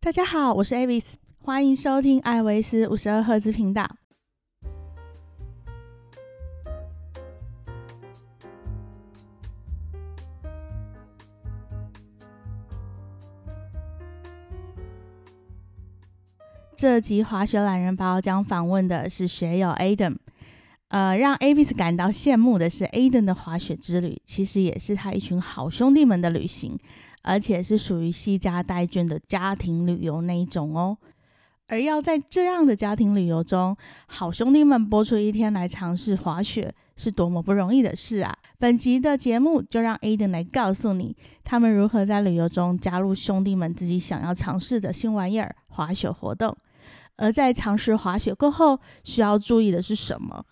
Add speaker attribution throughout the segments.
Speaker 1: 大家好，我是 Avis，欢迎收听艾维斯五十二赫兹频道。这集滑雪懒人包将访问的是学友 Adam。呃，让 Avis 感到羡慕的是，Adam 的滑雪之旅其实也是他一群好兄弟们的旅行。而且是属于西家带眷的家庭旅游那一种哦。而要在这样的家庭旅游中，好兄弟们播出一天来尝试滑雪，是多么不容易的事啊！本集的节目就让 Aiden 来告诉你，他们如何在旅游中加入兄弟们自己想要尝试的新玩意儿——滑雪活动。而在尝试滑雪过后，需要注意的是什么？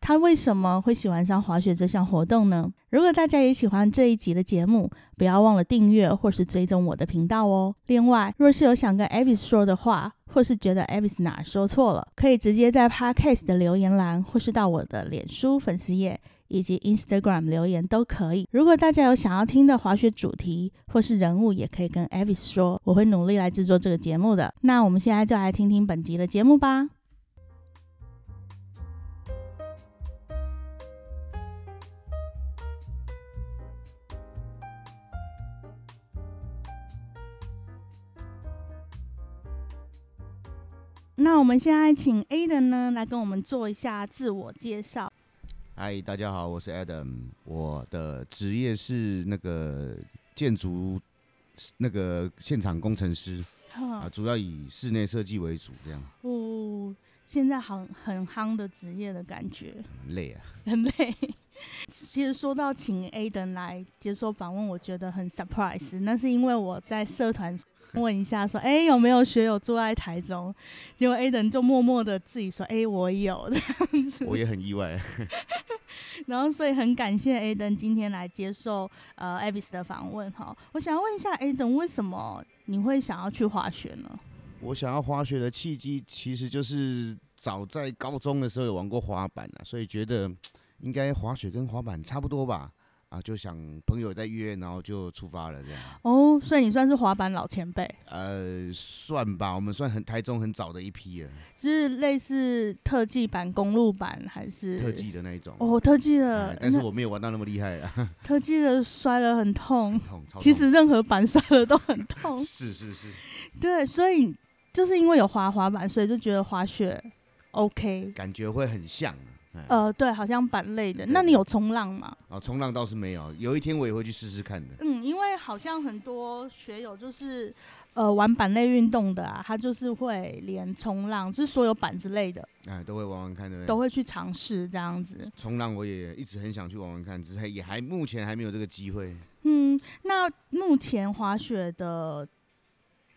Speaker 1: 他为什么会喜欢上滑雪这项活动呢？如果大家也喜欢这一集的节目，不要忘了订阅或是追踪我的频道哦。另外，若是有想跟 Avis 说的话，或是觉得 Avis 哪说错了，可以直接在 Podcast 的留言栏，或是到我的脸书粉丝页以及 Instagram 留言都可以。如果大家有想要听的滑雪主题或是人物，也可以跟 Avis 说，我会努力来制作这个节目的。那我们现在就来听听本集的节目吧。那我们现在请 Aiden 呢来跟我们做一下自我介绍。
Speaker 2: 嗨，大家好，我是 Adam，我的职业是那个建筑那个现场工程师啊、
Speaker 1: 哦，
Speaker 2: 主要以室内设计为主，这样
Speaker 1: 哦现在很很夯的职业的感觉，
Speaker 2: 很累 啊。
Speaker 1: 很累。其实说到请 Aiden 来接受访问，我觉得很 surprise。那是因为我在社团问一下说，哎、有没有学友住在台中？结果 Aiden 就默默的自己说，哎、我有 这样子。
Speaker 2: 我也很意外，
Speaker 1: 然后，所以很感谢 A 登今天来接受呃 Avis 的访问哈。我想要问一下 A 登，为什么你会想要去滑雪呢？
Speaker 2: 我想要滑雪的契机其实就是早在高中的时候有玩过滑板啊，所以觉得应该滑雪跟滑板差不多吧。啊，就想朋友在约，然后就出发了，这样。
Speaker 1: 哦，所以你算是滑板老前辈，
Speaker 2: 呃，算吧，我们算很台中很早的一批了，
Speaker 1: 就是类似特技版、公路版还是
Speaker 2: 特？技的那一种。
Speaker 1: 哦，特技
Speaker 2: 哎、
Speaker 1: 的，
Speaker 2: 但是
Speaker 1: 那
Speaker 2: 我没有玩到那么厉害啊，
Speaker 1: 特技的摔了很痛，
Speaker 2: 痛，超痛
Speaker 1: 其实任何板摔了都很痛。
Speaker 2: 是是是，
Speaker 1: 对，所以就是因为有滑滑板，所以就觉得滑雪
Speaker 2: 哎
Speaker 1: OK。
Speaker 2: 感觉会很像啊。哎
Speaker 1: 呃，对，好像板类的。
Speaker 2: 对
Speaker 1: 那你有冲浪吗？
Speaker 2: 哦，冲浪倒是没有，有一天我也会去试试看的。
Speaker 1: 嗯，因为好像很多学友就是，呃，玩板类运动的啊，他就是会连冲浪，就是所有板子类的
Speaker 2: 哎，都会玩玩看，对不对？
Speaker 1: 都会去尝试这样子。
Speaker 2: 冲浪我也一直很想去玩玩看，只是还也还目前还没有这个机会。
Speaker 1: 嗯，那目前滑雪的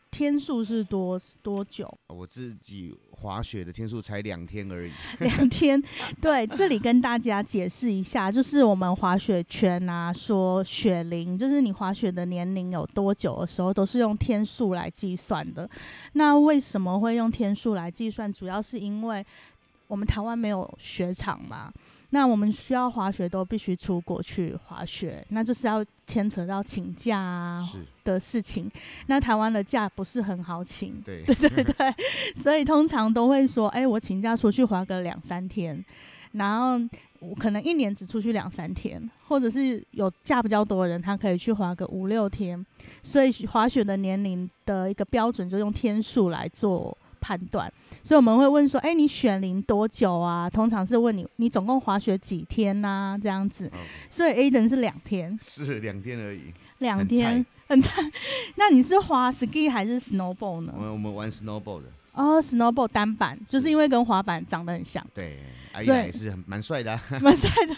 Speaker 1: 天数是多多久？
Speaker 2: 哦我自己滑雪的天数才两天而已，
Speaker 1: 两天。 对，这里跟大家解释一下，就是我们滑雪圈啊，说雪龄，就是你滑雪的年龄有多久的时候，都是用天数来计算的。那为什么会用天数来计算？主要是因为我们台湾没有雪场嘛。那我们需要滑雪都必须出国去滑雪，那就是要牵扯到请假啊
Speaker 2: 是
Speaker 1: 的事情。那台湾的假不是很好请，
Speaker 2: 对，
Speaker 1: 对对，所以通常都会说，哎、我请假出去滑个两三天，然后我可能一年只出去两三天，或者是有假比较多的人，他可以去滑个五六天。所以滑雪的年龄的一个标准，就用天数来做判断。所以我们会问说，哎、你选龄多久啊？通常是问你，你总共滑雪几天呐、这样子。
Speaker 2: 哦
Speaker 1: 所以 Aiden 是两天，
Speaker 2: 是两天而已。
Speaker 1: 两
Speaker 2: 很
Speaker 1: 天
Speaker 2: 菜
Speaker 1: 很菜。那你是滑 ski 还是 snowboard 呢
Speaker 2: 我？们我们玩 snowboard 的，
Speaker 1: 哦，snowboard 单板，就是
Speaker 2: 是
Speaker 1: 因为跟滑板长得很 像，
Speaker 2: 对，阿姨
Speaker 1: 所以
Speaker 2: 也是很蛮帅的、啊。
Speaker 1: 蛮帅的。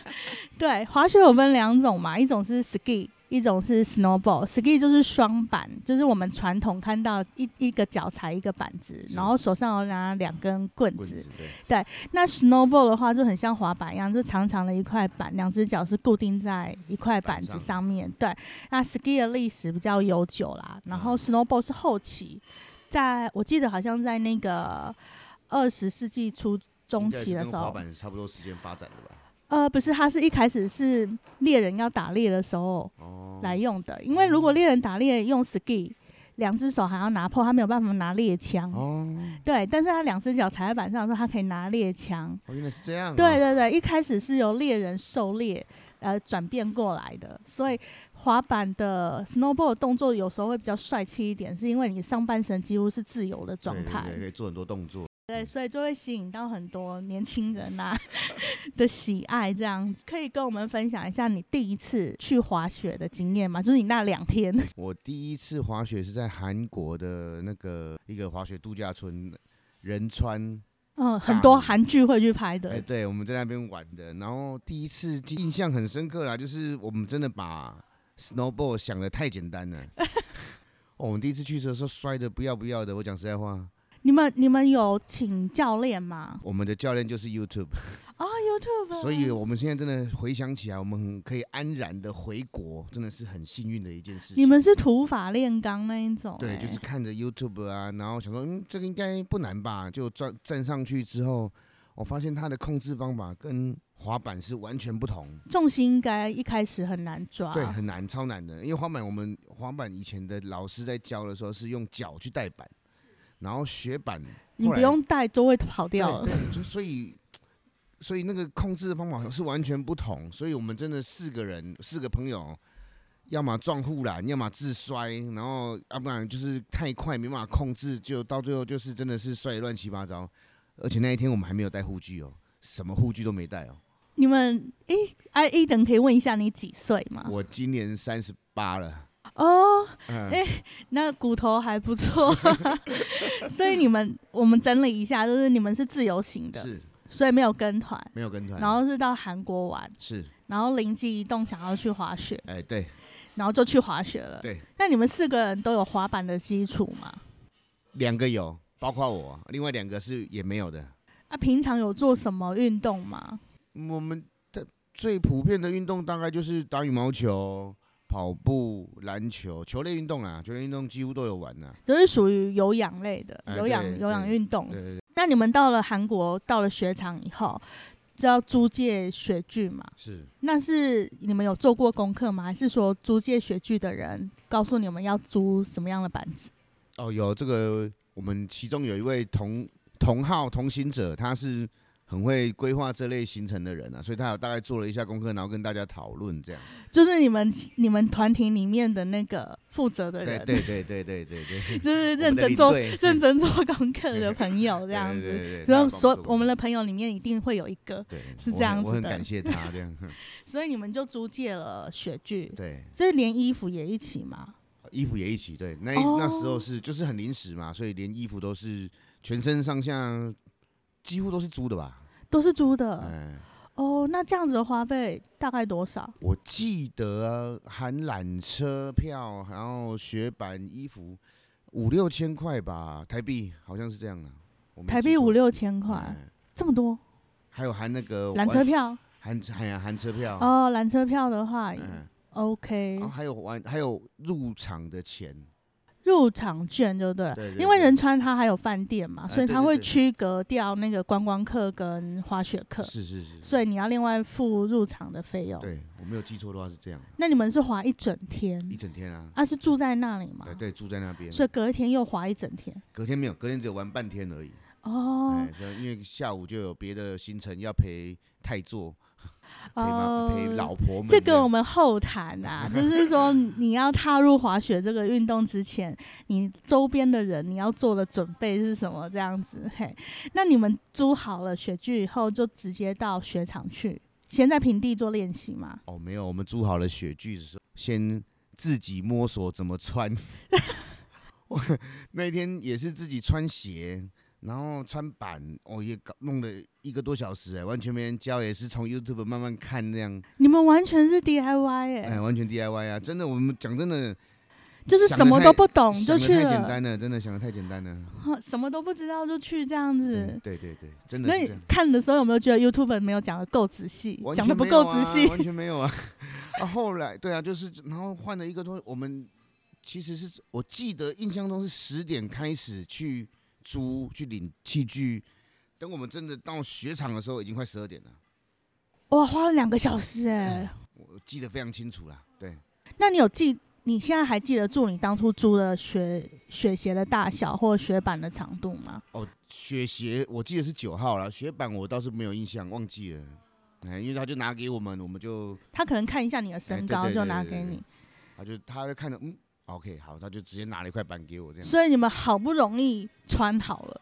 Speaker 1: 对，滑雪有分两种嘛，一种是 ski，一种是 snowboard。ski 就是双板，就是我们传统看到一一个脚踩一个板子，
Speaker 2: 是
Speaker 1: 然后手上有拿两根棍
Speaker 2: 棍
Speaker 1: 子
Speaker 2: 子。对，
Speaker 1: 那 snowboard 的话就很像滑板一样，就长长的一块板，两只脚是固定在一块板子
Speaker 2: 板上
Speaker 1: 上面。对，那 ski 的历史比较悠久啦，然后
Speaker 2: 嗯
Speaker 1: snowboard 是后期，在我记得好像在那个二十世纪初中
Speaker 2: 应该
Speaker 1: 期
Speaker 2: 是
Speaker 1: 的
Speaker 2: 跟
Speaker 1: 时
Speaker 2: 滑
Speaker 1: 候，
Speaker 2: 板差不多时间发展的吧？
Speaker 1: 呃，不是，它是一开始是猎人要打猎的时候
Speaker 2: 哦，
Speaker 1: 来用的，因为如果猎人打猎用 ski。两只手还要拿破，他没有办法拿猎枪。
Speaker 2: 哦，
Speaker 1: 对，但是他两只脚踩在板上的时候，他可以拿猎枪。
Speaker 2: 哦，原来是这样、哦。
Speaker 1: 对对对，一开始是由猎人狩猎呃转变过来的，所以滑板的 snowboard 的动作有时候会比较帅气一点，是因为你上半身几乎是自由的状
Speaker 2: 对对
Speaker 1: 态。
Speaker 2: 对可以做很多动作。
Speaker 1: 对，所以就会吸引到很多年轻人呐、 的喜爱，这样子可以跟我们分享一下你第一次去滑雪的经验吗？就是你那两天，
Speaker 2: 我第一次滑雪是在韩国的那个一个滑雪度假村仁川，
Speaker 1: 嗯，很多韩剧会去拍
Speaker 2: 哎、
Speaker 1: 的，
Speaker 2: 对，我们在那边玩的。然后第一次记印象很深刻啦，就是我们真的把 snowboard 想的太简单了。 哦我们第一次去的时候摔的不要不要的，我讲实在话，
Speaker 1: 你们你们有请教练吗？
Speaker 2: 我们的教练就是 YouTube，哦
Speaker 1: 啊、y o u t u b e
Speaker 2: 所以我们现在真的回想起来，我们很可以安然的回国，真的是很幸运的一件事情。
Speaker 1: 你们是土法炼钢那一种、
Speaker 2: 对，
Speaker 1: 哎
Speaker 2: 就是看着 YouTube 啊，然后想说，嗯，这个应该不难吧？就站站上去之后，我发现它的控制方法跟滑板是完全不同，
Speaker 1: 重心应该一开始很难抓，
Speaker 2: 对，很难，超难的。因为滑板我们滑板以前的老师在教的时候是用脚去带板，然后雪板
Speaker 1: 你
Speaker 2: 后
Speaker 1: 不
Speaker 2: 来
Speaker 1: 用带就会跑
Speaker 2: 对
Speaker 1: 掉了。
Speaker 2: 对，就所以。所以那个控制的方法是完全不同，所以我们真的四个人，四个朋友，要么撞护栏，要么自摔，然后要不然就是太快没办法控制，就到最后就是真的是摔得乱七八糟。而且那一天我们还没有带护具哦，什么护具都没带哦。
Speaker 1: 你们诶，哎、一等可以问一下你几岁吗？
Speaker 2: 我今年三十八了，
Speaker 1: 哦，
Speaker 2: 嗯，
Speaker 1: 哎那骨头还不错， 所以你们我们整理一下，就是你们是自由行的，
Speaker 2: 是
Speaker 1: 所以没有跟团，
Speaker 2: 没有跟团，
Speaker 1: 然后是到韩国玩，
Speaker 2: 是
Speaker 1: 然后灵机一动想要去滑雪，
Speaker 2: 哎、对
Speaker 1: 然后就去滑雪了。
Speaker 2: 对，
Speaker 1: 那你们四个人都有滑板的基础吗？
Speaker 2: 两个有，包括我，另外两个是也没有的。
Speaker 1: 啊，平常有做什么运动吗？
Speaker 2: 我们的最普遍的运动大概就是打羽毛球、跑步、篮球，球类运动啦，球类运动几乎都有玩啦。
Speaker 1: 都是属于有氧类的，
Speaker 2: 哎
Speaker 1: 有氧
Speaker 2: 对
Speaker 1: 有氧运动
Speaker 2: 对。对对，
Speaker 1: 那你们到了韩国，到了雪场以后，就要租借雪具嘛？
Speaker 2: 是
Speaker 1: 那是你们有做过功课吗？还是说租借雪具的人告诉你们要租什么样的板子？
Speaker 2: 哦，有这个，我们其中有一位同同号同行者，他是很会规划这类行程的人啊，所以他有大概做了一下功课，然后跟大家讨论 这样。
Speaker 1: 就是你们你们团体里面的那个负责的
Speaker 2: 对
Speaker 1: 人，
Speaker 2: 对对对对对 对，
Speaker 1: 就是
Speaker 2: 我
Speaker 1: 认
Speaker 2: 们的
Speaker 1: 真
Speaker 2: 领
Speaker 1: 做
Speaker 2: 队嗯
Speaker 1: 认真做功课的朋友这
Speaker 2: 对
Speaker 1: 样
Speaker 2: 对
Speaker 1: 子。
Speaker 2: 对对，
Speaker 1: 所
Speaker 2: 他有
Speaker 1: 以
Speaker 2: 帮
Speaker 1: 说
Speaker 2: 助，
Speaker 1: 我们的朋友里面一定会有一个，
Speaker 2: 对
Speaker 1: 是
Speaker 2: 我
Speaker 1: 这
Speaker 2: 很
Speaker 1: 样
Speaker 2: 我
Speaker 1: 子
Speaker 2: 很
Speaker 1: 的
Speaker 2: 感谢他这样。
Speaker 1: 所以你们就租借了雪具，
Speaker 2: 对，
Speaker 1: 所以连衣服也一起嘛。
Speaker 2: 衣服也一起，对，那一、
Speaker 1: 哦
Speaker 2: 那时候是就是很临时嘛，所以连衣服都是全身上下几乎都是租的吧。
Speaker 1: 都是租的、
Speaker 2: 嗯、
Speaker 1: 哦，那这样子的花费大概多少？
Speaker 2: 我记得含缆车票，然后雪板、衣服五六千块吧，台币好像是这样的、我没
Speaker 1: 台
Speaker 2: 记
Speaker 1: 币
Speaker 2: 错
Speaker 1: 五六千块，
Speaker 2: 哎
Speaker 1: 这么多？
Speaker 2: 还有含那个
Speaker 1: 缆
Speaker 2: 玩
Speaker 1: 车票
Speaker 2: 含含呀含车票，
Speaker 1: 哦，哎缆车票的话、
Speaker 2: 嗯，
Speaker 1: o k
Speaker 2: 然后还有玩还有入场的钱，
Speaker 1: 入场券就对了，
Speaker 2: 对对
Speaker 1: 因为
Speaker 2: 对
Speaker 1: 仁川它还有饭店嘛，
Speaker 2: 哎
Speaker 1: 所以
Speaker 2: 对
Speaker 1: 它
Speaker 2: 对
Speaker 1: 会
Speaker 2: 对
Speaker 1: 区隔掉那个观光客跟滑雪客，
Speaker 2: 是是是，
Speaker 1: 所以你要另外付入场的费用。
Speaker 2: 对我没有记错的话是这样，
Speaker 1: 那你们是滑一整
Speaker 2: 一
Speaker 1: 天，
Speaker 2: 整天啊，
Speaker 1: 啊是住在那里吗
Speaker 2: 哎？对，住在那边，
Speaker 1: 所以隔一天又滑一整天。
Speaker 2: 隔天没有，隔天只有玩半天而已。
Speaker 1: 哦
Speaker 2: 哎，所以因为下午就有别的行程要陪太座，陪妈
Speaker 1: 哦，
Speaker 2: 陪老婆们
Speaker 1: 这
Speaker 2: 样。
Speaker 1: 个我们后谈 啊，就是说你要踏入滑雪这个运动之前，你周边的人你要做的准备是什么？这样子，嘿，那你们租好了雪具以后，就直接到雪场去，先在平地做练习嘛。
Speaker 2: 哦，没有，我们租好了雪具的时候，先自己摸索怎么 穿。我那一天也是自己穿鞋，然后穿板，哦，也搞弄了一个多小时，哎，完全没人教，也是从 YouTube 慢慢看这样，
Speaker 1: 你们完全是 DIY 哎、
Speaker 2: 哎，完全 DIY 啊，真的，我们讲真的，
Speaker 1: 就是
Speaker 2: 想
Speaker 1: 什
Speaker 2: 得
Speaker 1: 么
Speaker 2: 太
Speaker 1: 都不懂就
Speaker 2: 想得
Speaker 1: 去
Speaker 2: 太简
Speaker 1: 了，
Speaker 2: 单了，真的想的太简单了。
Speaker 1: 哼什么都不知道就去这样
Speaker 2: 嗯
Speaker 1: 子。
Speaker 2: 对对对，嗯真的
Speaker 1: 那
Speaker 2: 是
Speaker 1: 你
Speaker 2: 这样。
Speaker 1: 看的时候有没有觉得 YouTube 没有讲的够仔细，
Speaker 2: 完
Speaker 1: 讲的
Speaker 2: 全
Speaker 1: 不
Speaker 2: 没有
Speaker 1: 够
Speaker 2: 啊
Speaker 1: 仔细？
Speaker 2: 完全没 有啊。啊，后来对啊，就是然后换了一个东西，我们其实是我记得印象中是十点开始去租去领器具，等我们真的到雪场的时候已经快十二点了，
Speaker 1: 哇，花了两个小时哎、
Speaker 2: 我记得非常清楚啦。对，
Speaker 1: 那你有记你现在还记得住你当初租的雪雪鞋的大小或雪板的长度吗？
Speaker 2: 哦，雪鞋我记得是九号啦，雪板我倒是没有印象，忘记了。哎，因为他就拿给我们，我们就
Speaker 1: 他可能看一下你的身
Speaker 2: 哎
Speaker 1: 高
Speaker 2: 对对
Speaker 1: 就拿
Speaker 2: 对对
Speaker 1: 给你，
Speaker 2: 他就他就看着嗯，OK，好，他就直接拿了一块板给我，这样
Speaker 1: 所以你们好不容易穿好了，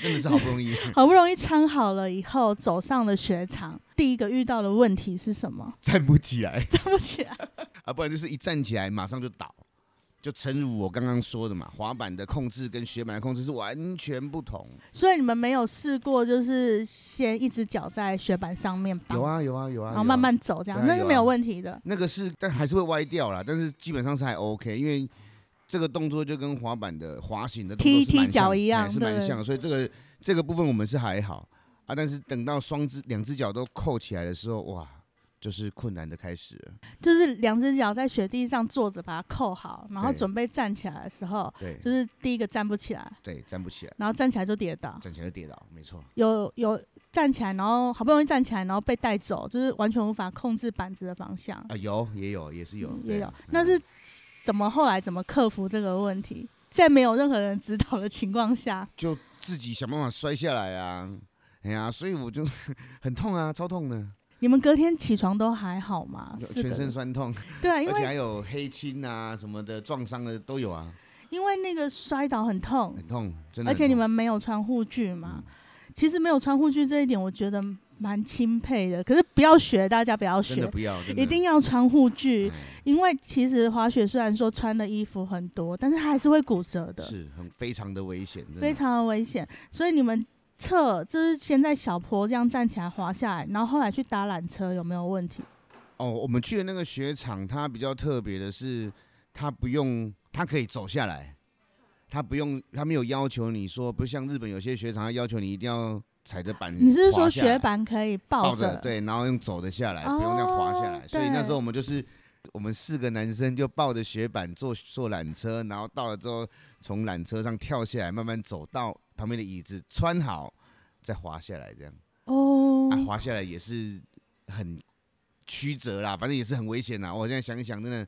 Speaker 2: 真的是好不容易。？
Speaker 1: 好不容易穿好了以后走上了雪场，第一个遇到的问题是什么
Speaker 2: 站不起来
Speaker 1: 站不起来。
Speaker 2: 啊，不然就是一站起来马上就倒。就诚如我刚刚说的嘛，滑板的控制跟雪板的控制是完全不同。
Speaker 1: 所以你们没有试过，就是先一只脚在雪板上面绑，
Speaker 2: 有啊有啊有啊，
Speaker 1: 然
Speaker 2: 有
Speaker 1: 后
Speaker 2: 啊
Speaker 1: 慢慢走这样，
Speaker 2: 对啊
Speaker 1: 那
Speaker 2: 有
Speaker 1: 是
Speaker 2: 啊
Speaker 1: 没有问题的。
Speaker 2: 那个是，但还是会歪掉啦，但是基本上是还 OK，因为这个动作就跟滑板的滑行的动作
Speaker 1: 踢
Speaker 2: 是蛮
Speaker 1: 踢脚
Speaker 2: 像的
Speaker 1: 一样
Speaker 2: 哎是
Speaker 1: 对
Speaker 2: 蛮像的，所以这个这个部分我们是还好啊，但是等到双只两只脚都扣起来的时候，哇，就是困难的开始了。
Speaker 1: 就是两只脚在雪地上坐着，把它扣好，然后
Speaker 2: 对
Speaker 1: 准备站起来的时候，
Speaker 2: 对
Speaker 1: 就是第一个站不起来，
Speaker 2: 对，站不起来，
Speaker 1: 然后站起来就跌倒。
Speaker 2: 站起来就跌倒，没错。
Speaker 1: 有有站起来，然后好不容易站起来，然后被带走，就是完全无法控制板子的方向。
Speaker 2: 啊，有也有也是有
Speaker 1: 嗯
Speaker 2: 对
Speaker 1: 也有
Speaker 2: 嗯，
Speaker 1: 那是怎么后来怎么克服这个问题？在没有任何人指导的情况下，
Speaker 2: 就自己想办法摔下来啊，哎呀，所以我就 很痛啊，超痛的，
Speaker 1: 你们隔天起床都还好吗？啊四
Speaker 2: 全
Speaker 1: 个
Speaker 2: 身
Speaker 1: 人
Speaker 2: 酸痛，
Speaker 1: 对啊，因
Speaker 2: 而且
Speaker 1: 为
Speaker 2: 还有黑青啊什么的撞伤的都有啊。
Speaker 1: 因为那个摔倒很痛，
Speaker 2: 很痛，真的很痛。嗯
Speaker 1: 而且你们没有穿护具嘛。其实没有穿护具这一点，我觉得蛮钦佩的。可是不要学，大家不要
Speaker 2: 真的
Speaker 1: 学，
Speaker 2: 不要，真的
Speaker 1: 一定要穿护具，
Speaker 2: 哎
Speaker 1: 因为其实滑雪虽然说穿的衣服很多，但是它还是会骨折的，
Speaker 2: 是很非常的危险，真的
Speaker 1: 非常的危险。所以你们侧就是先在小坡这样站起来滑下来，然后后来去搭缆车有没有问题？
Speaker 2: 哦。我们去的那个雪场，它比较特别的是，它不用，它可以走下来，它不用，它没有要求你说，不像日本有些雪场，它要求你一定要踩着板，
Speaker 1: 你是说雪？板可以
Speaker 2: 抱
Speaker 1: 抱
Speaker 2: 着对，然后用走的下来，不用这样滑下来。
Speaker 1: 哦
Speaker 2: 所以那时
Speaker 1: 对
Speaker 2: 候我们就是我们四个男生就抱着雪板坐坐缆车，然后到了之后从缆车上跳下来，慢慢走到旁边的椅子，穿好再滑下来，这样
Speaker 1: 哦
Speaker 2: 啊，滑下来也是很曲折啦，反正也是很危险啦。我现在想一想，真的。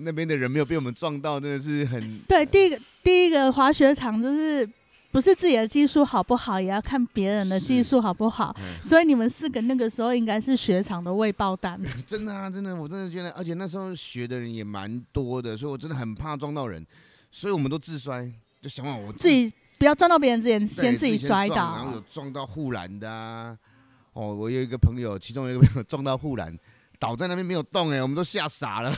Speaker 2: 那边的人没有被我们撞到，真的是很
Speaker 1: 对，第一个第一个滑雪场就是不是自己的技术好不好，也要看别人的技
Speaker 2: 是
Speaker 1: 术好不好。
Speaker 2: 嗯
Speaker 1: 所以你们四个那个时候应该是雪场的未爆 弹，
Speaker 2: 真的啊，真的，我真的觉得，而且那时候学的人也蛮多的，所以我真的很怕撞到人，所以我们都自摔，就想往我
Speaker 1: 自己不要撞到别人之前，
Speaker 2: 对
Speaker 1: 先自己摔
Speaker 2: 撞然后有
Speaker 1: 倒。
Speaker 2: 撞到护栏的啊。哦，我有一个朋友，其中有一个朋友撞到护栏，倒在那边没有动，哎，我们都吓傻了。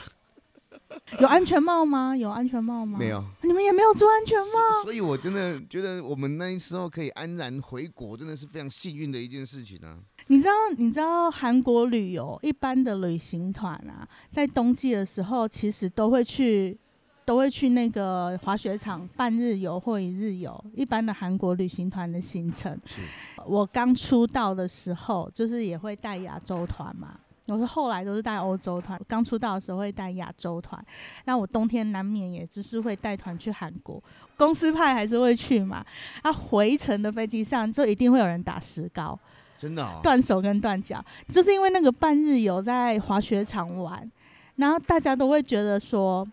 Speaker 1: 有安全帽吗？有安全帽吗？
Speaker 2: 没。有，
Speaker 1: 你们也没有做安全帽，
Speaker 2: 所以我真的觉得我们那时候可以安然回国，真的是非常幸运的一件事情啊。
Speaker 1: 你知道？你知道韩国旅游一般的旅行团啊，在冬季的时候其实都会去，都会去那个滑雪场半日游或一日游，一般的韩国旅行团的行程。
Speaker 2: 是，
Speaker 1: 我刚出道的时候，就是也会带亚洲团嘛。我是后来都是带欧洲团，我刚出道的时候会带亚洲团。那我冬天难免也就是会带团去韩国，公司派还是会去嘛。啊，回程的飞机上就一定会有人打石膏，
Speaker 2: 真的、哦。
Speaker 1: 断手跟断脚，就是因为那个半日游在滑雪场玩，然后大家都会觉得说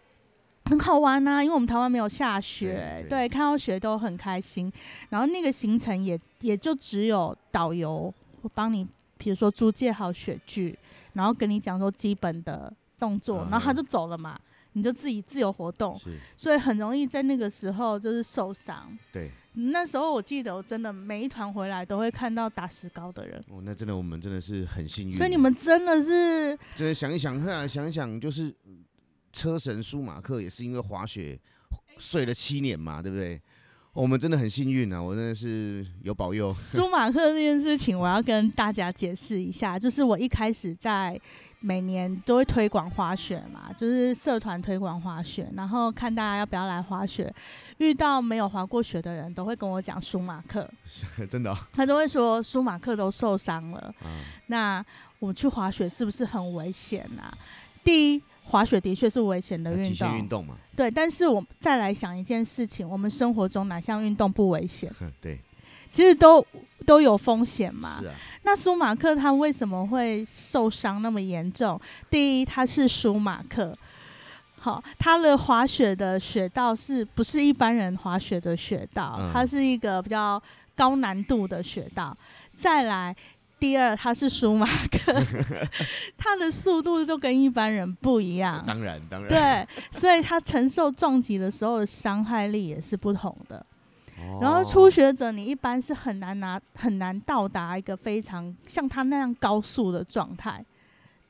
Speaker 1: 很好玩啊，因为我们台湾没有下雪，
Speaker 2: 对
Speaker 1: 对，看到雪都很开心。然后那个行程也也就只有导游会帮你，比如说租借好雪具，然后跟你讲说基本的动作，然后他
Speaker 2: 嗯
Speaker 1: 就走了嘛，你就自己自由活动，
Speaker 2: 是，
Speaker 1: 所以很容易在那个时候就是受伤。
Speaker 2: 对，
Speaker 1: 那时候我记得，我真的每一团回来都会看到打石膏的人。
Speaker 2: 哦，那真的我们真的是很幸运。
Speaker 1: 所以你们真的是
Speaker 2: 真的想一想，后来想一想，就是嗯车神舒马克也是因为滑雪睡了七年嘛，对不对？我们真的很幸运啊，我真的是有保佑。
Speaker 1: 舒马克这件事情，我要跟大家解释一下。就是我一开始在每年都会推广滑雪嘛，就是社团推广滑雪，然后看大家要不要来滑雪。遇到没有滑过雪的人都会跟我讲舒马 克，
Speaker 2: 真的、
Speaker 1: 他都会说舒马克都受伤了，
Speaker 2: 啊，
Speaker 1: 那我去滑雪是不是很危险啊？第一，滑雪的确是危险的
Speaker 2: 啊极
Speaker 1: 运
Speaker 2: 限运
Speaker 1: 动，
Speaker 2: 动嘛，
Speaker 1: 对。但是我再来想一件事情，我们生活中哪项运动不危险？
Speaker 2: 哼对，
Speaker 1: 其实都都有风险嘛
Speaker 2: 是。啊，
Speaker 1: 那舒马克他为什么会受伤那么严重？第一，他是舒马克，好，它的滑雪的雪道是不是一般人滑雪的雪道？
Speaker 2: 嗯
Speaker 1: 它是一个比较高难度的雪道。再来，第二，它是舒马 克，它的速度就跟一般人不一样。
Speaker 2: 当然当然，
Speaker 1: 啊对，所以他承受撞击的时候的伤害力也是不同的。
Speaker 2: 哦
Speaker 1: 然后初学者，你一般是很难拿很难到达一个非常像他那样高速的状态，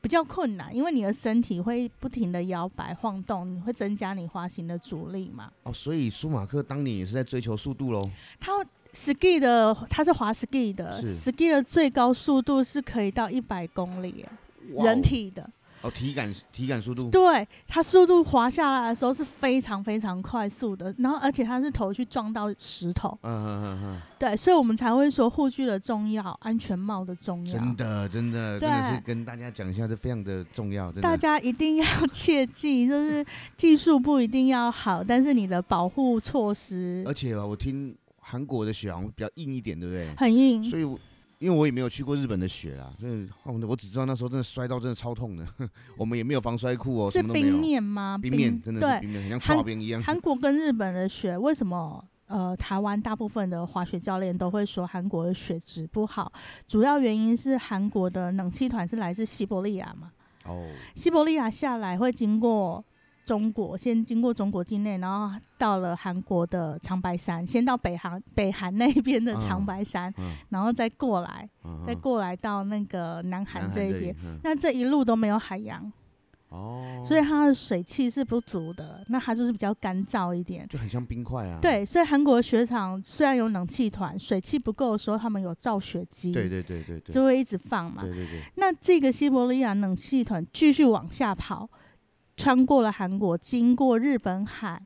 Speaker 1: 比较困难，因为你的身体会不停的摇摆晃动，你会增加你滑行的阻力嘛。
Speaker 2: 哦，所以舒马克当年也是在追求速度喽。
Speaker 1: 他 ski 的他是滑 ski 的
Speaker 2: 是
Speaker 1: ，ski 的最高速度是可以到一百公里耶，
Speaker 2: 哇哦嗯
Speaker 1: 人体的。
Speaker 2: 哦，体感体感速度，
Speaker 1: 对，它速度滑下来的时候是非常非常快速的，然后而且它是头去撞到石头，
Speaker 2: 嗯嗯嗯
Speaker 1: 对，所以我们才会说护具的重要，安全帽的重
Speaker 2: 嗯，
Speaker 1: 要。
Speaker 2: 真的真的
Speaker 1: 对
Speaker 2: 真的是跟大家讲一下，这非常的重要，真
Speaker 1: 大
Speaker 2: 的。
Speaker 1: 家一定要切记，就是技术不一定要好，但是你的保护措施
Speaker 2: 而且啊我听韩国的雪好像比较硬一点，对不对？
Speaker 1: 很硬。
Speaker 2: 所以我，因为我也没有去过日本的雪啦，所以哦我只知道那时候真的摔到真的超痛的， 我们也没有防摔裤哦，
Speaker 1: 是
Speaker 2: 什么都没
Speaker 1: 冰
Speaker 2: 有。
Speaker 1: 面吗？
Speaker 2: 冰面真的是
Speaker 1: 对，
Speaker 2: 冰面，很像
Speaker 1: 韩
Speaker 2: 刨冰一样。
Speaker 1: 韩国跟日本的雪为什么？呃，台湾大部分的滑雪教练都会说韩国的雪质不好，主要原因是韩国的冷气团是来自西伯利亚嘛，
Speaker 2: 哦，
Speaker 1: 西伯利亚下来会经过中国，先经过中国境内，然后到了韩国的长白山，先到北韩北韩那边的长白山，
Speaker 2: 嗯
Speaker 1: 然后再过来，
Speaker 2: 嗯
Speaker 1: 再
Speaker 2: 嗯
Speaker 1: 过来到那个南
Speaker 2: 南
Speaker 1: 韩这一
Speaker 2: 里
Speaker 1: 边。，
Speaker 2: 嗯
Speaker 1: 那这一路都没有海洋，
Speaker 2: 哦，
Speaker 1: 所以它的水汽是不足的，那它就是比较干燥一点。
Speaker 2: 就很像冰块啊。
Speaker 1: 对，所以韩国的雪场虽然有冷气团，水汽不够的时候，他们有造雪机，
Speaker 2: 对对对对对，
Speaker 1: 就会一直放嘛。
Speaker 2: 对对对，
Speaker 1: 那这个西伯利亚冷气团继续往下跑，穿过了韩国，经过日本海，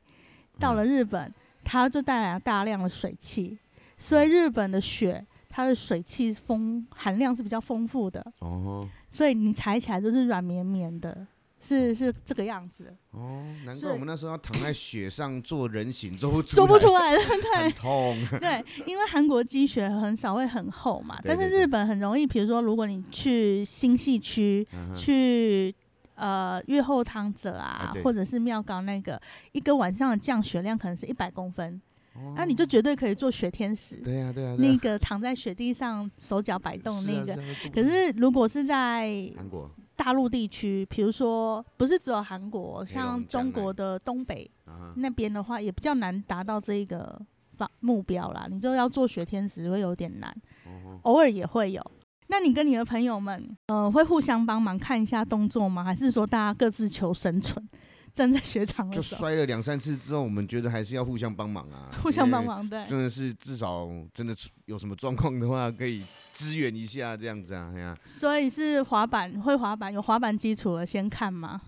Speaker 1: 到了日本，它就带来了大量的水汽，所以日本的雪它的水汽丰含量是比较丰富的，
Speaker 2: 哦
Speaker 1: 所以你踩起来就是软绵绵的，是是这个样子，
Speaker 2: 哦，难
Speaker 1: 所以
Speaker 2: 怪我们那时候要躺在雪上做人形，做不出
Speaker 1: 做不
Speaker 2: 来
Speaker 1: 出来了，
Speaker 2: 很
Speaker 1: 对。
Speaker 2: 痛。
Speaker 1: 对，因为韩国积雪很少会很厚嘛，
Speaker 2: 对
Speaker 1: 但是
Speaker 2: 对对
Speaker 1: 日本很容易，比如说如果你去新系区，
Speaker 2: 嗯哼
Speaker 1: 去呃月后汤泽啊，
Speaker 2: 对
Speaker 1: 或者是妙高那个，一个晚上的降雪量可能是一百公分，
Speaker 2: 哦
Speaker 1: 那、你就绝对可以做雪天使，
Speaker 2: 对呀对呀，啊对
Speaker 1: 那
Speaker 2: 呀
Speaker 1: 个躺在雪地上手脚摆动
Speaker 2: 是啊
Speaker 1: 那个。
Speaker 2: 是啊做不
Speaker 1: 可
Speaker 2: 出来
Speaker 1: 是如果是在
Speaker 2: 韩国
Speaker 1: 大陆地区，比如说不是只有韩国，
Speaker 2: 黑龙
Speaker 1: 像
Speaker 2: 江
Speaker 1: 中
Speaker 2: 那
Speaker 1: 国
Speaker 2: 里
Speaker 1: 的东北
Speaker 2: 啊哈，
Speaker 1: 那边的话，也比较难达到这个方目标啦。你就要做雪天使会有点难。
Speaker 2: 哦
Speaker 1: 偶尔嗯也会有。那你跟你的朋友们，呃，会互相帮忙看一下动作吗？还是说大家各自求生存，站在雪场
Speaker 2: 就
Speaker 1: 的时候
Speaker 2: 摔了两三次之后，我们觉得还是要互相帮忙啊，
Speaker 1: 互相帮。忙？对，
Speaker 2: 真的是至少真的出有什么状况的话，可以支援一下这样子啊，哎呀、
Speaker 1: 所以是滑板会滑板有滑板基础的先看吗？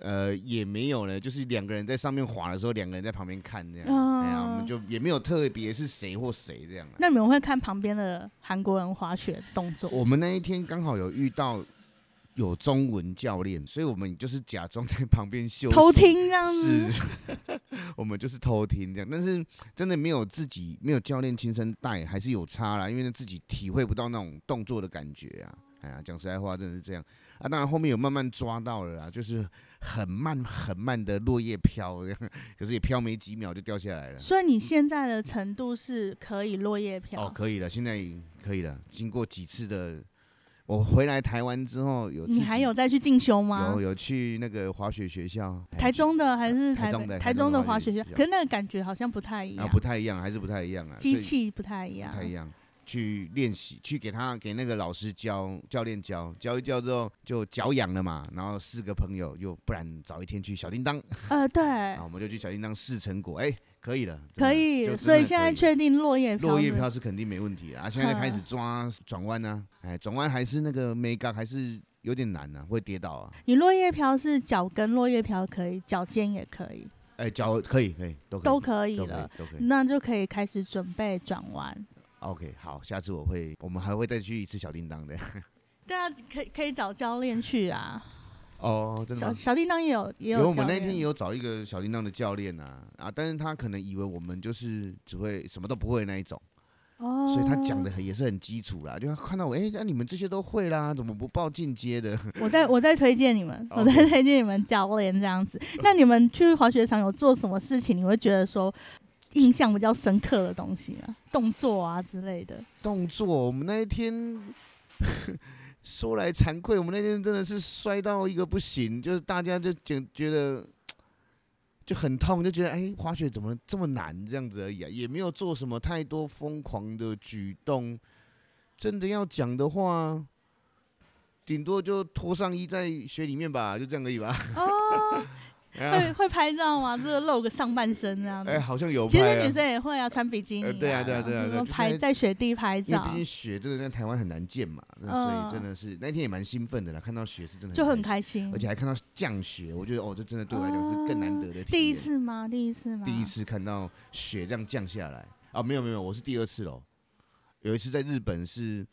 Speaker 2: 呃，也没有呢，就是两个人在上面滑的时候，两个人在旁边看这样，哎呀，我
Speaker 1: 嗯
Speaker 2: 们就也没有特别是谁或谁这样啊、
Speaker 1: 那你们会看旁边的韩国人滑雪动作？
Speaker 2: 我们那一天刚好有遇到有中文教练，所以我们就是假装在旁边休息
Speaker 1: 偷听这样子，
Speaker 2: 是， 我们就是偷听这样，但是真的没有自己没有教练亲身带，还是有差啦，因为自己体会不到那种动作的感觉啊。哎呀，讲实在话，真的是这样啊。当然后面有慢慢抓到了啦，就是很慢很慢的落叶飘，这样， 可是也飘没几秒就掉下来了。
Speaker 1: 所以你现在的程度是可以落叶飘。
Speaker 2: 哦，可以了，现在可以了。经过几次的，我回来台湾之后有自
Speaker 1: 你还
Speaker 2: 己
Speaker 1: 有再去进修吗？
Speaker 2: 有有去那个滑雪学校，哎
Speaker 1: 台中的还是
Speaker 2: 台
Speaker 1: 台
Speaker 2: 中
Speaker 1: 北
Speaker 2: 的
Speaker 1: 台
Speaker 2: 台
Speaker 1: 中
Speaker 2: 中的
Speaker 1: 的
Speaker 2: 滑
Speaker 1: 滑
Speaker 2: 雪
Speaker 1: 雪校
Speaker 2: 学校，
Speaker 1: 可是那个感觉好像不太一
Speaker 2: 啊
Speaker 1: 样，
Speaker 2: 不太一样，还是不太一样啊，
Speaker 1: 机
Speaker 2: 所以
Speaker 1: 器不太一样
Speaker 2: 不。太一样。去练习，去给他给那个老师教教练教教一教之后就脚痒了嘛，然后四个朋友又不然早一天去 小叮当，
Speaker 1: 呃，对
Speaker 2: 然后，我们就去小叮当试成果，哎、可以了，哦真的
Speaker 1: 可
Speaker 2: 就
Speaker 1: 以，
Speaker 2: 真
Speaker 1: 所以
Speaker 2: 的
Speaker 1: 现
Speaker 2: 可
Speaker 1: 在确定落叶飘。
Speaker 2: 落叶飘是肯定没问 题啊，现在开始抓转弯呢，哎转弯还是那个没感还是有点难呢、会跌倒啊，
Speaker 1: 你落叶飘是脚跟落叶飘可以，脚尖也可以，
Speaker 2: 哎脚可以可以都可以
Speaker 1: 都可以
Speaker 2: 都
Speaker 1: 了，
Speaker 2: 都可以
Speaker 1: 那就可以开始准备转弯。
Speaker 2: ，OK 好，下次我会我们还会再去一次小叮当的
Speaker 1: 对啊，可以可以找教练去啊。
Speaker 2: 哦，真
Speaker 1: 小小叮当也有也
Speaker 2: 因为我
Speaker 1: 教
Speaker 2: 们那
Speaker 1: 练。
Speaker 2: 天也有找一个小叮当的教练啊啊，但是他可能以为我们就是只会什么都不会那一种，
Speaker 1: 哦，
Speaker 2: 所以他讲的很也是很基础啦，就他看到我，哎、那、你们这些都会啦，怎么不报进阶的？
Speaker 1: 我再我再推荐你们，我再
Speaker 2: OK
Speaker 1: 推荐你们教练这样子。那你们去滑雪场有做什么事情？你会觉得说印象比较深刻的东西吗？动作啊之类的。
Speaker 2: 动作，我们那一天 说来惭愧，我们那天真的是摔到一个不行，就是大家就觉觉得就很痛，就觉得哎、滑雪怎么这么难这样子而已啊，也没有做什么太多疯狂的举动。真的要讲的话，顶多就脱上衣在雪里面吧，就这样而已吧。
Speaker 1: 哦，
Speaker 2: 哎呀
Speaker 1: 会会拍照吗？就是露个上半身这样子。
Speaker 2: 哎，好像有、拍
Speaker 1: 其实
Speaker 2: 啊
Speaker 1: 女生也会啊，穿比基尼、
Speaker 2: 呃对啊对啊对啊
Speaker 1: 然后
Speaker 2: 对啊
Speaker 1: 拍
Speaker 2: 就是
Speaker 1: 在雪地拍
Speaker 2: 因为
Speaker 1: 照
Speaker 2: 毕竟雪真的在台湾很难见嘛，那所以真的是那天也蛮兴奋的啦，看到雪是真的
Speaker 1: 嗯就很
Speaker 2: 开
Speaker 1: 开心。
Speaker 2: 心，而且还看到降雪，我觉得哦，这真的对我来讲是更难得的体验。
Speaker 1: 哦啊第一，次吗？第一次吗？
Speaker 2: 第一。次看到雪这样降下来啊，没有没有，我是第二次喽。哦有一次在日本是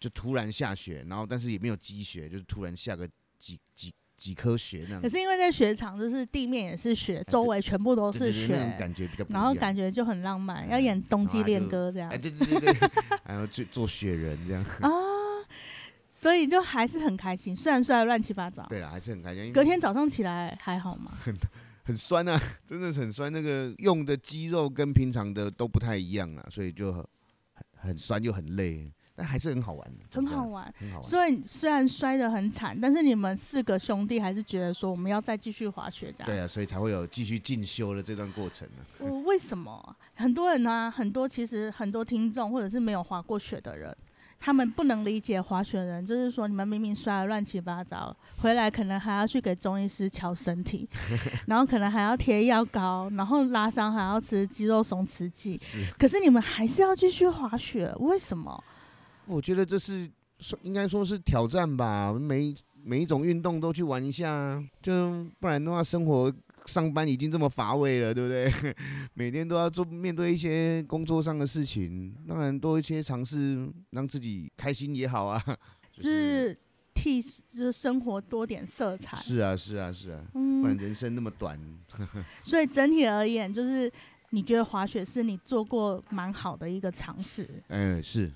Speaker 2: 就突然下雪，然后但是也没有积雪，就是突然下个几几几颗雪那样
Speaker 1: 可，是因为在雪场，就是地面也是雪，周围全部都
Speaker 2: 啊对对
Speaker 1: 是
Speaker 2: 对
Speaker 1: 雪，
Speaker 2: 那种感觉比较不一
Speaker 1: 然
Speaker 2: 样。
Speaker 1: 后感觉就很浪漫，要
Speaker 2: 嗯
Speaker 1: 演冬季
Speaker 2: 然后
Speaker 1: 恋
Speaker 2: 就
Speaker 1: 歌这样
Speaker 2: 哎，。对对对对，还有做做雪人这样，
Speaker 1: 啊，所以就还是很开心，虽然摔得乱七八糟。
Speaker 2: 对了，还是很开心。因为
Speaker 1: 隔天早上起来还好 吗？
Speaker 2: 很酸啊，真的是很酸。那个用的肌肉跟平常的都不太一样啊，所以就很很酸又很累，但还是很好玩，
Speaker 1: 很
Speaker 2: 讲真的
Speaker 1: 好，玩。
Speaker 2: 很好玩。
Speaker 1: 所以虽然摔得很惨，但是你们四个兄弟还是觉得说我们要再继续滑雪这样。
Speaker 2: 对啊，所以才会有继续进修的这段过程啊呢、
Speaker 1: 我呃为什么很多人呢、很多其实很多听众或者是没有滑过雪的人，他们不能理解滑雪人，就是说你们明明摔得乱七八糟，回来可能还要去给中医师瞧身体，然后可能还要贴药膏，然后拉伤还要吃肌肉松弛剂，
Speaker 2: 是，
Speaker 1: 可是你们还是要继续滑雪，为什么？
Speaker 2: 我觉得这是说应该说是挑战吧，每每一种运动都去玩一下啊，就不然的话，生活上班已经这么乏味了，对不对？ 每天都要做面对一些工作上的事情，当然多一些尝试，让自己开心也好啊。
Speaker 1: 就。是替就是生活多点色彩。
Speaker 2: 是啊，是啊，是啊，不
Speaker 1: 嗯，
Speaker 2: 然人生那么短，
Speaker 1: 所以整体而言，就是你觉得滑雪是你做过蛮好的一个尝试。
Speaker 2: 嗯、是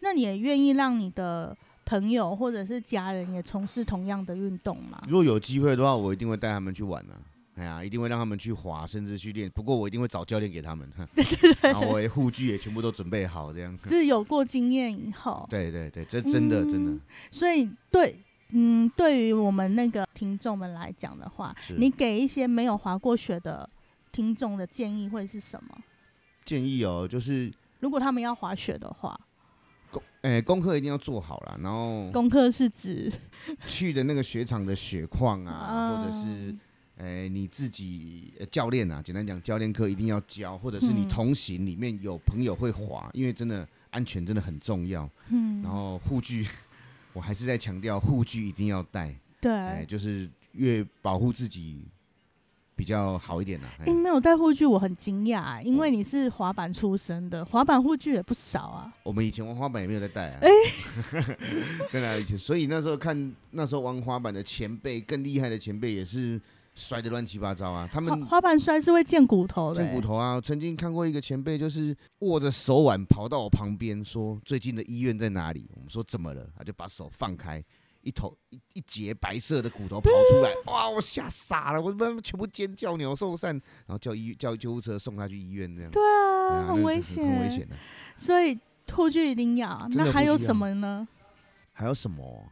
Speaker 1: 那你也愿意让你的朋友或者是家人也从事同样的运动吗？
Speaker 2: 如果有机会的话，我一定会带他们去玩啊。哎呀，一定会让他们去滑，甚至去练。不过我一定会找教练给他 们，哼然嗯啊后我也护具也全部都准备好，这样。
Speaker 1: 就是有过经验以后，
Speaker 2: 对对对，这真的、真
Speaker 1: 嗯
Speaker 2: 的
Speaker 1: 所以对，嗯，对于我们那个听众们来讲的话，
Speaker 2: 是。
Speaker 1: 你给一些没有滑过雪的听众的建议会是什么？
Speaker 2: 建议哦，就是，
Speaker 1: 如果他们要滑雪的话，
Speaker 2: 哎、功课一定要做好了，然后
Speaker 1: 功课是指
Speaker 2: 去的那个雪场的雪况啊，或者是
Speaker 1: 嗯
Speaker 2: 哎，你自己、呃教练啊，简单讲，教练课一定要教，或者是你
Speaker 1: 嗯
Speaker 2: 同行里面有朋友会滑，因为真的安全真的很重要。
Speaker 1: 嗯，
Speaker 2: 然后护具， 我还是在强调护具一定要带，哎、
Speaker 1: 对。
Speaker 2: 就是越保护自己比较好一点啦、哎
Speaker 1: 因没有带护具，我很惊讶、啊因
Speaker 2: 哦
Speaker 1: 为你是滑板出身的，滑板护具也不少啊。
Speaker 2: 我们以前玩滑板也没有在带啊，
Speaker 1: 哎
Speaker 2: 对啦，以前，所以那时候看那时候玩滑板的前辈，更厉害的前辈也是摔得乱七八糟啊，他
Speaker 1: 滑
Speaker 2: 们。
Speaker 1: 滑板摔是会见骨头的、欸
Speaker 2: 见骨头啊！曾经看过一个前辈，就是握着手腕跑到我旁边，说最近的医院在哪里？我们说怎么了？他就把手放开，一头一一截白色的骨头跑出来，哇！我吓傻了，我他妈全部尖叫鸟兽散，然后叫医叫救护车送他去医院这样。对
Speaker 1: 啊
Speaker 2: 啊，那
Speaker 1: 很
Speaker 2: 个
Speaker 1: 危
Speaker 2: 是
Speaker 1: 险，
Speaker 2: 很危险的。
Speaker 1: 所以护具一定要。
Speaker 2: 真的
Speaker 1: 那还
Speaker 2: 护具
Speaker 1: 有
Speaker 2: 要
Speaker 1: 什么呢？
Speaker 2: 还有什么？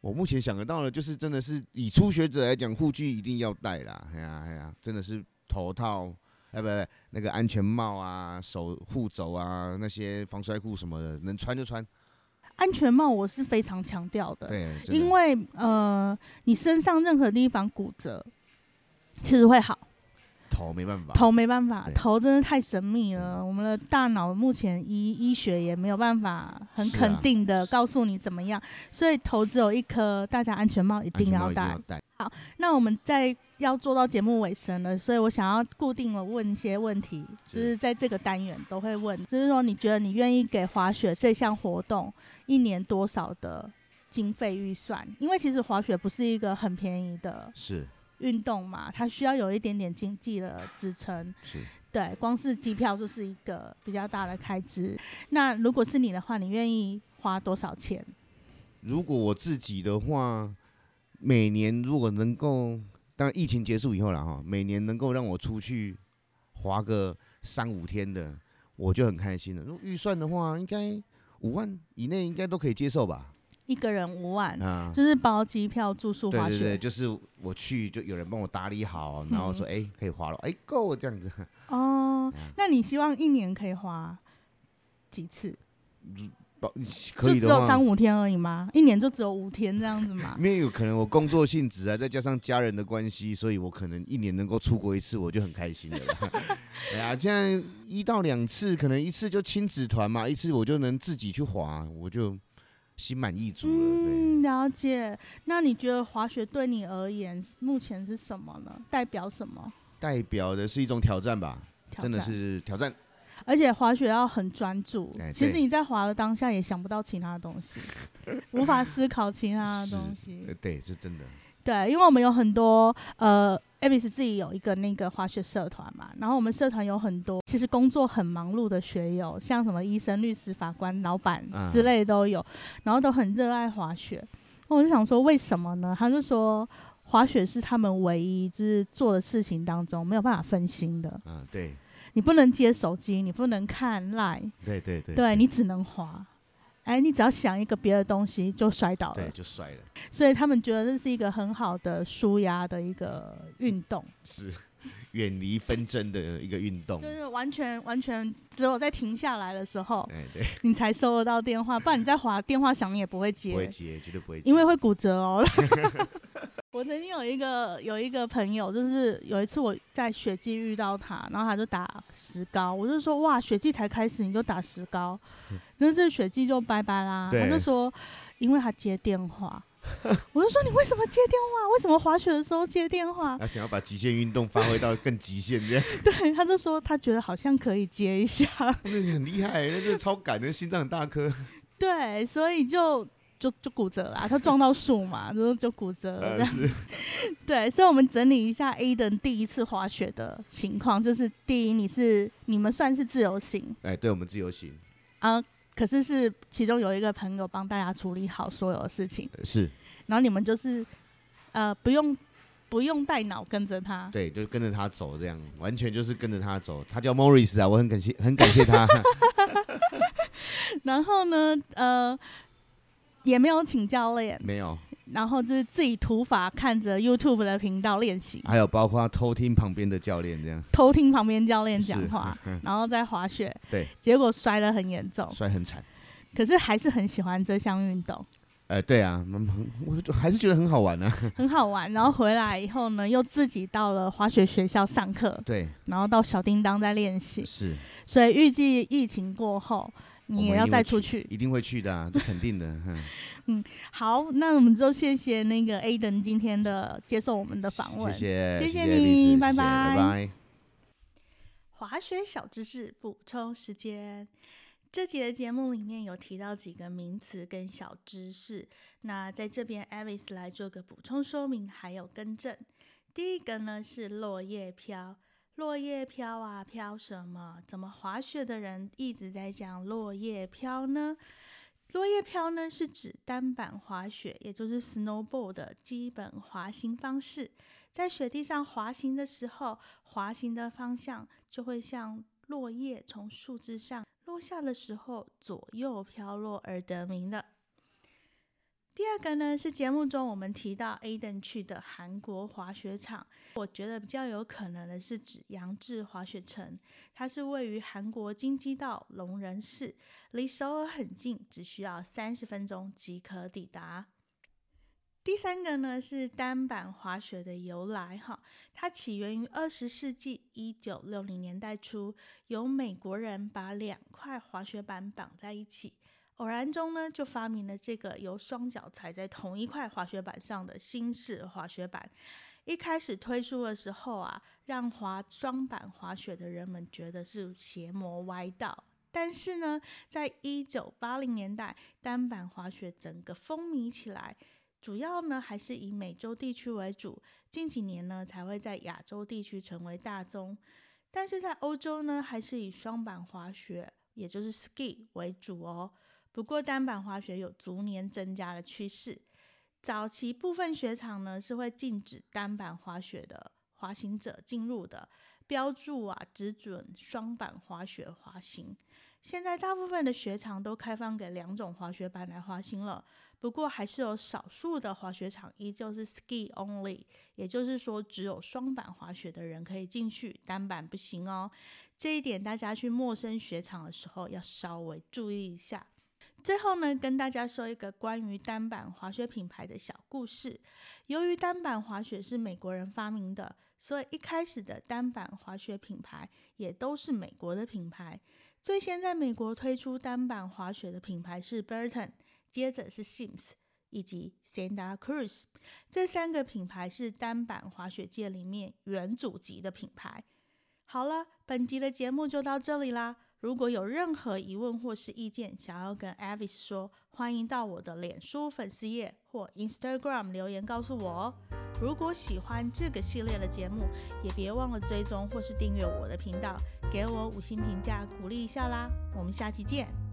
Speaker 2: 我目前想得到的，就是真的是以初学者来讲，护具一定要戴啦，哎呀哎呀，真的是头套，哎不不，那个安全帽啊、手护肘啊、那些防摔裤什么的，能穿就穿。
Speaker 1: 安全帽我是非常强调的，
Speaker 2: 对，真的
Speaker 1: 因为呃，你身上任何地方骨折，其实会好。
Speaker 2: 头没办法，
Speaker 1: 头没办法，
Speaker 2: 对
Speaker 1: 头真的太神秘了。我们的大脑目前医医学也没有办法很
Speaker 2: 是啊
Speaker 1: 肯定的告诉你怎么样，所以头只有一颗，大家安全帽一
Speaker 2: 安
Speaker 1: 定
Speaker 2: 全
Speaker 1: 要
Speaker 2: 帽一定
Speaker 1: 戴
Speaker 2: 要。戴。
Speaker 1: 那我们在要做到节目尾声了，所以我想要固定的问一些问题，就是是在这个单元都会问，就是说你觉得你愿意给滑雪这项活动一年多少的经费预算？因为其实滑雪不是一个很便宜的
Speaker 2: 是
Speaker 1: 运动嘛，它需要有一点点经济的支撑。
Speaker 2: 是，
Speaker 1: 对，光是机票就是一个比较大的开支。那如果是你的话，你愿意花多少钱？
Speaker 2: 如果我自己的话，每年如果能够，当然疫情结束以后了哈，每年能够让我出去滑个三五天的，我就很开心了。如果预算的话，应该五万以内应该都可以接受吧？
Speaker 1: 一个人五万，
Speaker 2: 啊，
Speaker 1: 就是包机票、住宿、
Speaker 2: 对
Speaker 1: 嗯滑
Speaker 2: 对
Speaker 1: 雪。
Speaker 2: 对，就是我去就有人帮我打理好，然后说
Speaker 1: 嗯
Speaker 2: 哎、可以滑了，哎够这样子。
Speaker 1: 哦，
Speaker 2: 嗯
Speaker 1: 那你希望一年可以花几次？
Speaker 2: 可
Speaker 1: 就
Speaker 2: 以
Speaker 1: 只
Speaker 2: 的
Speaker 1: 有三
Speaker 2: 话，
Speaker 1: 五天而已吗？一年就只有五天这样子 吗？
Speaker 2: 因为有可能我工作性质啊，再加上家人的关系，所以我可能一年能够出国一次，我就很开心了啦。 哎呀，现在一到两次，可能一次就亲子团嘛，一次我就能自己去滑，我就心满意足了。对，
Speaker 1: 嗯，了解。那你觉得滑雪对你而言目前是什么呢？代表什么？
Speaker 2: 代表的是一种挑战吧，
Speaker 1: 挑
Speaker 2: 真的
Speaker 1: 战
Speaker 2: 是挑战。
Speaker 1: 而且滑雪要很专注，
Speaker 2: 哎
Speaker 1: 其实
Speaker 2: 对
Speaker 1: 你在滑的当下也想不到其他的东西，无法思考其他的
Speaker 2: 是
Speaker 1: 东西
Speaker 2: 呃。对，是真的。
Speaker 1: 对，因为我们有很多呃，Abis 自己有一个那个滑雪社团嘛，然后我们社团有很多其实工作很忙碌的学友，像什么医生、律师、法官、老板
Speaker 2: 啊
Speaker 1: 之类都有，然后都很热爱滑雪。那我就想说，为什么呢？他就说。滑雪是他们唯一就是做的事情当中没有办法分心的，
Speaker 2: 嗯，对，
Speaker 1: 你不能接手机，你不能看 Line，
Speaker 2: 对对对，
Speaker 1: 对你只能滑。哎，你只要想一个别的东西就摔倒
Speaker 2: 对
Speaker 1: 了，
Speaker 2: 就摔了。
Speaker 1: 所以他们觉得这是一个很好的舒压的一个运动，
Speaker 2: 是远离纷争的一个运动
Speaker 1: 就。是完全完全只有在停下来的时候，
Speaker 2: 哎，对，
Speaker 1: 你才收得到电话，不然你在滑电话响你也不会接，
Speaker 2: 不会接，绝对不会接。
Speaker 1: 因为会骨折 哦。我曾经有一个有一个朋友，就是有一次我在雪季遇到他，然后他就打石膏，我就说哇，雪季才开始你就打石 膏，那这雪季就拜拜啦。
Speaker 2: 对
Speaker 1: 他就说，因为他接电话，我就说你为什么接电话？为什么滑雪的时候接电话？
Speaker 2: 他想要把极限运动发挥到更极限，这样
Speaker 1: 对，他就说他觉得好像可以接一下，
Speaker 2: 那很厉害，那真的超赶的，心脏很大颗。
Speaker 1: 对，所以就。就就骨折啦，他撞到树嘛，然后就骨折了。这
Speaker 2: 呃，
Speaker 1: 样
Speaker 2: 是
Speaker 1: 对，所以，我们整理一下 Aden 第一次滑雪的情况，就是第一，你是你们算是自由行
Speaker 2: 哎，对我们自由行
Speaker 1: 啊，可是是其中有一个朋友帮大家处理好所有的事情，
Speaker 2: 呃是
Speaker 1: 然后你们就是呃不用不用带脑跟着他，
Speaker 2: 对，就跟着他走，这样完全就是跟着他走。他叫 Morris 啊，我很感谢，很感谢他。
Speaker 1: 然后呢，呃也没有请教练，
Speaker 2: 没有，
Speaker 1: 然后就是自己土法看着 YouTube 的频道练习，
Speaker 2: 还有包括偷听旁边的教练这样，
Speaker 1: 偷听旁边教练讲
Speaker 2: 是 嗯
Speaker 1: 话，然后再滑雪，
Speaker 2: 对，
Speaker 1: 结果摔得很严重，
Speaker 2: 摔很惨。
Speaker 1: 可是还是很喜欢这项运动。
Speaker 2: 哎，对啊，蛮蛮我就还是觉得很好玩啊。
Speaker 1: 很好玩。然后回来以后呢，又自己到了滑雪学校上课，
Speaker 2: 对，
Speaker 1: 然后到小叮当在练习。
Speaker 2: 是，
Speaker 1: 所以预计疫情过后，你也要再出去。
Speaker 2: 一定会去的啊，这肯定的。嗯，
Speaker 1: 好，那我们就谢谢那个 Aden 今天的接受我们的访问。
Speaker 2: 谢
Speaker 1: 谢
Speaker 2: 谢
Speaker 1: 谢
Speaker 2: 谢
Speaker 1: 你
Speaker 2: Alice，
Speaker 1: 拜拜
Speaker 2: 谢谢拜拜。
Speaker 1: 滑雪小知识补充时间。这集的节目里面有提到几个名词跟小知识，那在这边 Avis 来做个补充说明，还有更正。第一个呢是落叶飘，落叶飘啊飘什么？怎么滑雪的人一直在讲落叶飘呢？落叶飘呢是指单板滑雪，也就是 snowboard 的基本滑行方式。在雪地上滑行的时候，滑行的方向就会像落叶从树枝上落下的时候左右飘落而得名的。第二个呢是节目中我们提到 Aden 去的韩国滑雪场，我觉得比较有可能的是指杨志滑雪城，它是位于韩国京畿道龙仁市，离首尔很近，只需要三十分钟即可抵达。第三个呢是单板滑雪的由来哈，它起源于二十世纪一九六零年代初，由美国人把两块滑雪板绑在一起，偶然中呢就发明了这个由双脚踩在同一块滑雪板上的新式滑雪板。一开始推出的时候啊，让滑双板滑雪的人们觉得是邪魔歪道。但是呢，在一九八零年代，单板滑雪整个风靡起来，主要呢还是以美洲地区为主，近几年呢才会在亚洲地区成为大宗。但是在欧洲呢，还是以双板滑雪，也就是 ski 为主哦。不过单板滑雪有逐年增加的趋势。早期部分雪场呢是会禁止单板滑雪的滑行者进入的，标注啊只准双板滑雪滑行。现在大部分的雪场都开放给两种滑雪板来滑行了，不过还是有少数的滑雪场依旧是 ski only，也就是说只有双板滑雪的人可以进去，单板不行哦。这一点大家去陌生雪场的时候要稍微注意一下。最后呢，跟大家说一个关于单板滑雪品牌的小故事。由于单板滑雪是美国人发明的，所以一开始的单板滑雪品牌也都是美国的品牌。最先在美国推出单板滑雪的品牌是 Burton，接着是 Sims 以及 Santa Cruz。这三个品牌是单板滑雪界里面元祖级的品牌。好了，本集的节目就到这里啦。如果有任何疑问或是意见想要跟 Avis 说，欢迎到我的脸书粉丝页或 Instagram 留言告诉我哦。如果喜欢这个系列的节目，也别忘了追踪或是订阅我的频道，给我五星评价鼓励一下啦。我们下期见。